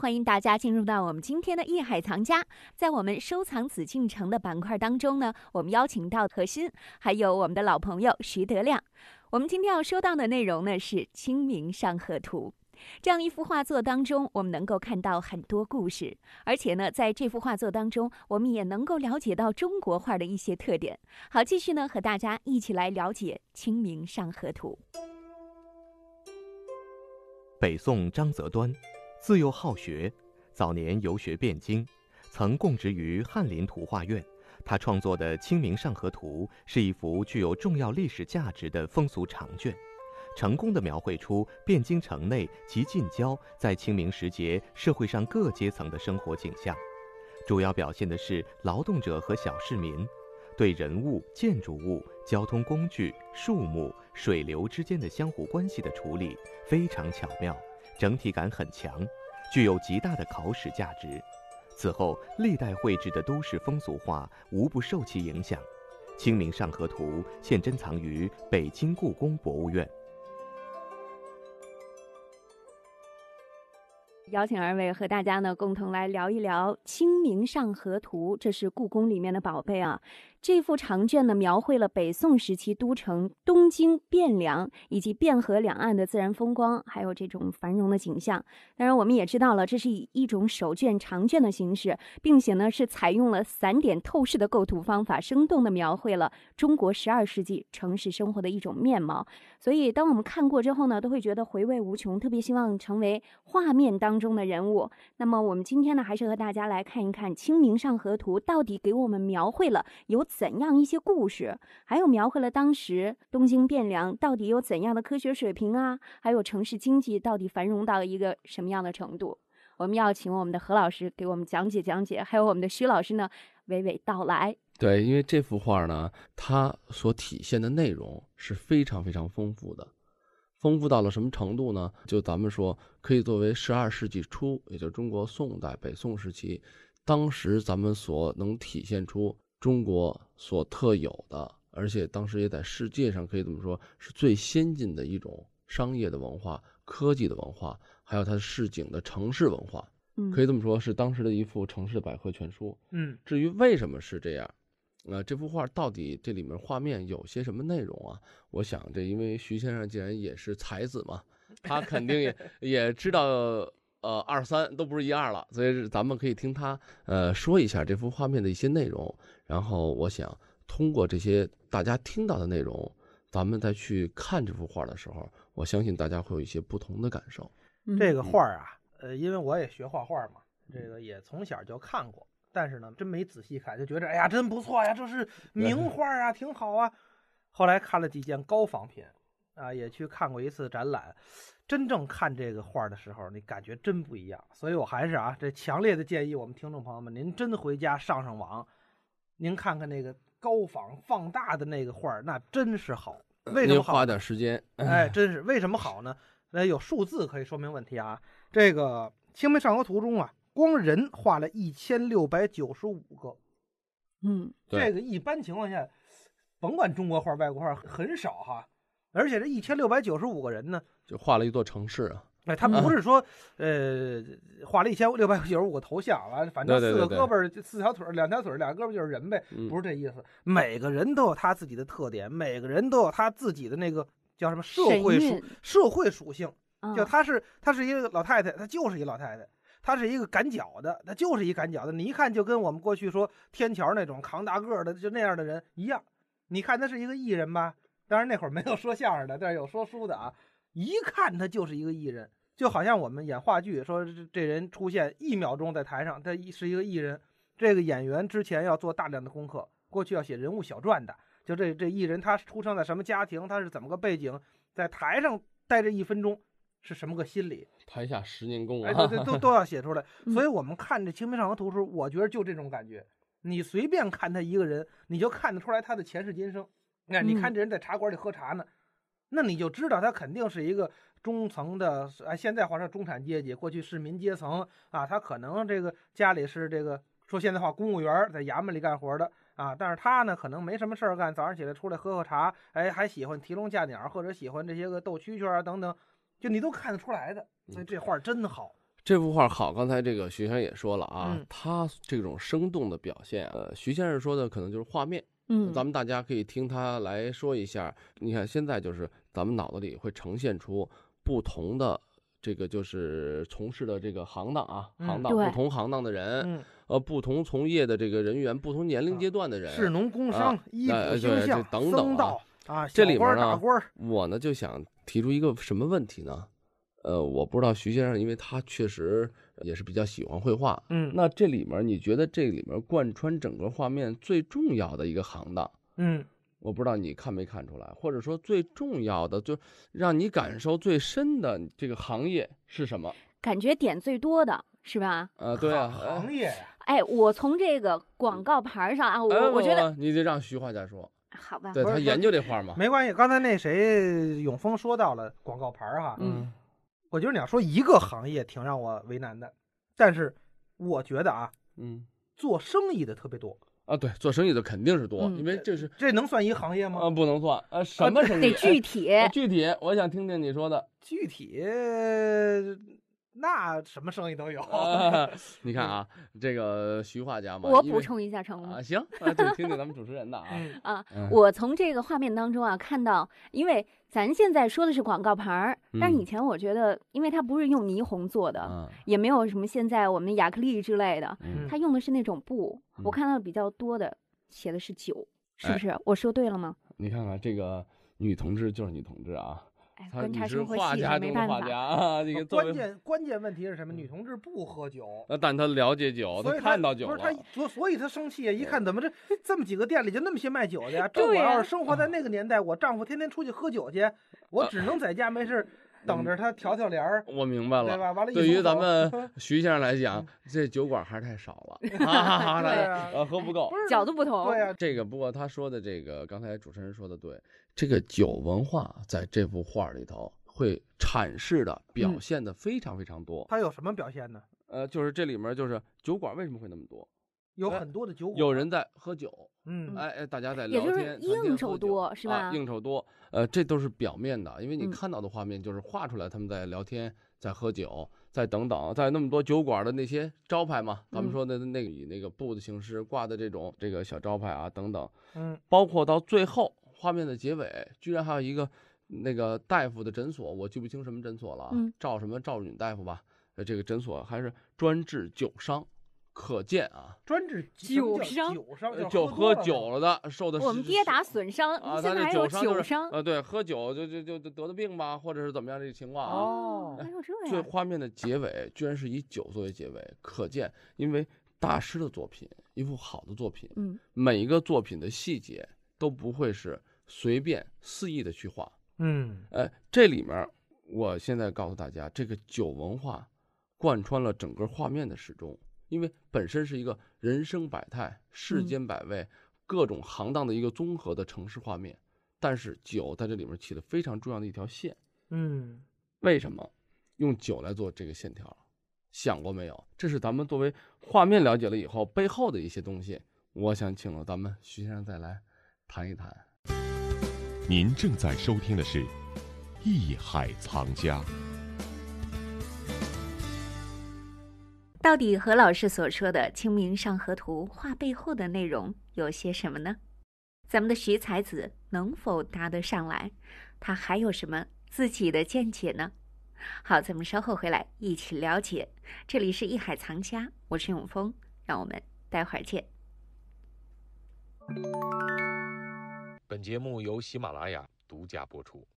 欢迎大家进入到我们今天的《艺海藏家》。在我们收藏紫禁城的板块当中呢，我们邀请到何欣，还有我们的老朋友徐德亮。我们今天要说到的内容呢是《清明上河图》。这样一幅画作当中，我们能够看到很多故事，而且呢，在这幅画作当中，我们也能够了解到中国画的一些特点。好，继续呢，和大家一起来了解《清明上河图》。北宋张择端，自幼好学，早年游学汴京，曾供职于翰林图画院。他创作的《清明上河图》是一幅具有重要历史价值的风俗长卷，成功的描绘出汴京城内及近郊在清明时节社会上各阶层的生活景象，主要表现的是劳动者和小市民对人物、建筑物、交通工具、树木、水流之间的相互关系的处理非常巧妙，整体感很强，具有极大的考史价值。此后，历代绘制的都市风俗画无不受其影响。《清明上河图》现珍藏于北京故宫博物院。邀请二位和大家呢共同来聊一聊《清明上河图》，这是故宫里面的宝贝啊。这幅长卷呢，描绘了北宋时期都城东京、汴梁以及汴河两岸的自然风光，还有这种繁荣的景象。当然，我们也知道了，这是以一种手卷长卷的形式，并且呢是采用了散点透视的构图方法，生动地描绘了中国十二世纪城市生活的一种面貌。所以，当我们看过之后呢，都会觉得回味无穷，特别希望成为画面当中的人物。那么，我们今天呢，还是和大家来看一看《清明上河图》到底给我们描绘了有怎样一些故事，还有描绘了当时东京汴梁到底有怎样的科学水平啊，还有城市经济到底繁荣到一个什么样的程度。我们要请我们的何老师给我们讲解讲解，还有我们的徐老师呢，娓娓道来。对，因为这幅画呢，它所体现的内容是非常非常丰富的，丰富到了什么程度呢？就咱们说，可以作为十二世纪初，也就是中国宋代、北宋时期，当时咱们所能体现出中国所特有的，而且当时也在世界上可以这么说，是最先进的一种商业的文化、科技的文化，还有它市井的城市文化，嗯可以这么说，是当时的一副城市百科全书。嗯至于为什么是这样，呃，这幅画到底这里面画面有些什么内容啊？我想这因为徐先生既然也是才子嘛，他肯定 也也知道，呃，二三都不是一二了，所以是咱们可以听他呃说一下这幅画面的一些内容，然后我想通过这些大家听到的内容。咱们再去看这幅画的时候，我相信大家会有一些不同的感受。这个个画儿啊，呃，因为我也学画画嘛，这个也从小就看过，但是呢，真没仔细看，就觉着哎呀，真不错呀，这是名画啊，挺好啊。后来看了几件高仿品，啊，也去看过一次展览。真正看这个画儿的时候，你感觉真不一样。所以我还是啊，这强烈的建议我们听众朋友们，您真回家上上网，您看看那个高仿放大的那个画儿，那真是好。为什您么好花呢？点时间？哎，真是为什么好呢？呃，有数字可以说明问题啊。这个《清明上河图》中啊，光人画了一千六百九十五个，嗯对这个一般情况下，甭管中国画、外国画，很少哈。而且这一千六百九十五个人呢，就画了一座城市啊，哎，他不是说，呃，画了一千六百九十五个头像完了，反正对四对个对胳膊儿、四条腿儿、两条腿儿、俩胳膊就是人呗，嗯不是这意思。每个人都有他自己的特点，每个人都有他自己的那个叫什么社神会韵属社会属性。啊。就她是她是一个老太太，她就是一老太太；她是一个赶脚的，她就是一赶脚的。你一看就跟我们过去说天桥那种扛大个儿的就那样的人一样。你看她是一个艺人吧，当然那会儿没有说相声的，但是有说书的啊。一看她就是一个艺人，就好像我们演话剧说这这人出现一秒钟在台上，他一是一个艺人。这个演员之前要做大量的功课，过去要写人物小传的。就这这艺人他出生在什么家庭，他是怎么个背景，在台上待这一分钟是什么个心理，台下十年功啊。哎，对对，都都要写出来嗯所以我们看这《清明上河图》时，候，我觉得就这种感觉。你随便看他一个人，你就看得出来他的前世今生。那你看这人在茶馆里喝茶呢，那你就知道他肯定是一个中层的，哎，现在话说中产阶级，过去市民阶层啊，他可能这个家里是这个说现在话公务员儿，在衙门里干活的啊，但是他呢可能没什么事儿干，早上起来出来喝喝茶，哎，还喜欢提笼架鸟儿，或者喜欢这些个斗蛐蛐儿啊等等，就你都看得出来的。所以这画儿真好。这幅画好，刚才这个徐先生也说了啊，嗯他这种生动的表现，呃，徐先生说的可能就是画面，嗯，咱们大家可以听他来说一下。你看现在就是咱们脑子里会呈现出不同的这个就是从事的这个行当啊，嗯行当对不同行当的人，嗯，啊呃，不同从业的这个人员，不同年龄阶段的人，士农工商啊、医哎对府星这相、等等啊僧道啊，这小里官儿面呢大官儿，我呢就想提出一个什么问题呢？呃，我不知道徐先生，因为他确实也是比较喜欢绘画。嗯那这里面你觉得这里面贯穿整个画面最重要的一个行当，嗯我不知道你看没看出来，或者说最重要的，就让你感受最深的这个行业是什么？感觉点最多的是吧？呃，对啊，呃行业呀哎，我从这个嗯广告牌儿上啊，我、哎我觉得啊不不你得让徐画家说，好吧，对不是他不是研究这画嘛。没关系。刚才那谁永峰说到了广告牌儿哈，嗯我觉得你要说一个行业挺让我为难的，但是我觉得啊，嗯做生意的特别多，啊，对，做生意的肯定是多，嗯啊因为这是这能算一行业吗？呃不能算呃什么生意得具体。哎具体，我想听听你说的。具体呃那什么生意都有。啊 你看啊，这个徐画家嘛，我因补为充一下，成吗啊，？行，啊就听听咱们主持人 的啊。嗯啊，嗯我从这个画面当中啊看到，因为咱现在说的是广告牌儿，但是嗯以前我觉得，因为它不是用霓虹做的，啊也没有什么现在我们的亚克力之类的，嗯它用的是那种布。我嗯看到比较多的写的是酒，是哎不是？我说对了吗？你看看这个女同志就是女同志啊，哎，她观察你是生活画细家致，没中的办画法。家 啊，你给作关为键关键问题是什么？女同志不喝酒，呃，但他了解酒，所以看到酒不了是。他，所所以他生气啊！一看 怎么这这么几个店里就那么些卖酒的呀？这对我呀要是生活啊在那个年代，我丈夫天天出去喝酒去，我只能在家没事儿等着他调调帘儿，我明白对啊嗯了。吧？完了，对一于出咱手 们徐先生来讲，这酒馆还是太少了，啊哈哈哈对哈，啊呃，喝不够。角度不同，对呀，这个不过他说的这个，刚才主持人说的对，这个酒文化在这幅画里头会阐释的、表嗯现的非常非常多。他有什么表现呢？呃，就是这里面就是酒馆为什么会那么多？有哎很多的酒馆，有人在喝酒，嗯哎哎，大家在也聊就天，是谈天应酬喝酒多是吧啊？应酬多，呃，这都是表面的，因为你嗯看到的画面就是画出来他们在聊天，在喝酒，在等等，在那么多酒馆的那些招牌嘛，咱嗯们说的那个以那个布的形式挂的这种这个小招牌啊等等，嗯包括到最后画面的结尾，居然还有一个那个大夫的诊所，我记不清什么诊所了啊，嗯赵什么赵允大夫吧，呃，这个诊所还是专治酒伤，可见啊。专治酒商，商酒商呃是就喝喝多了酒了的，受的我们是跌是打损伤，啊，现在他这还有伤就是伤。呃，对，喝酒就就就就得的病吧，或者是怎么样这个情况啊。哦还有这最样，画面的结尾居然是以酒作为结尾，可见因为大师的作品，一幅好的作品，嗯，每一个作品的细节都不会是随便肆意的去画。嗯呃，这里面儿我现在告诉大家，这个酒文化贯穿了整个画面的始终，因为本身是一个人生百态、世嗯间百味、各种行当的一个综合的城市画面。但是酒在这里面起了非常重要的一条线，嗯，为什么用酒来做这个线条？想过没有？这是咱们作为画面了解了以后背后的一些东西。我想请了咱们徐先生再来谈一谈。您正在收听的是《艺海藏家》。到底何老师所说的《清明上河图》画背后的内容有些什么呢？咱们的徐才子能否答得上来？他还有什么自己的见解呢？好，咱们稍后回来一起了解。这里是《艺海藏家》，我是永峰，让我们待会儿见。本节目由喜马拉雅独家播出。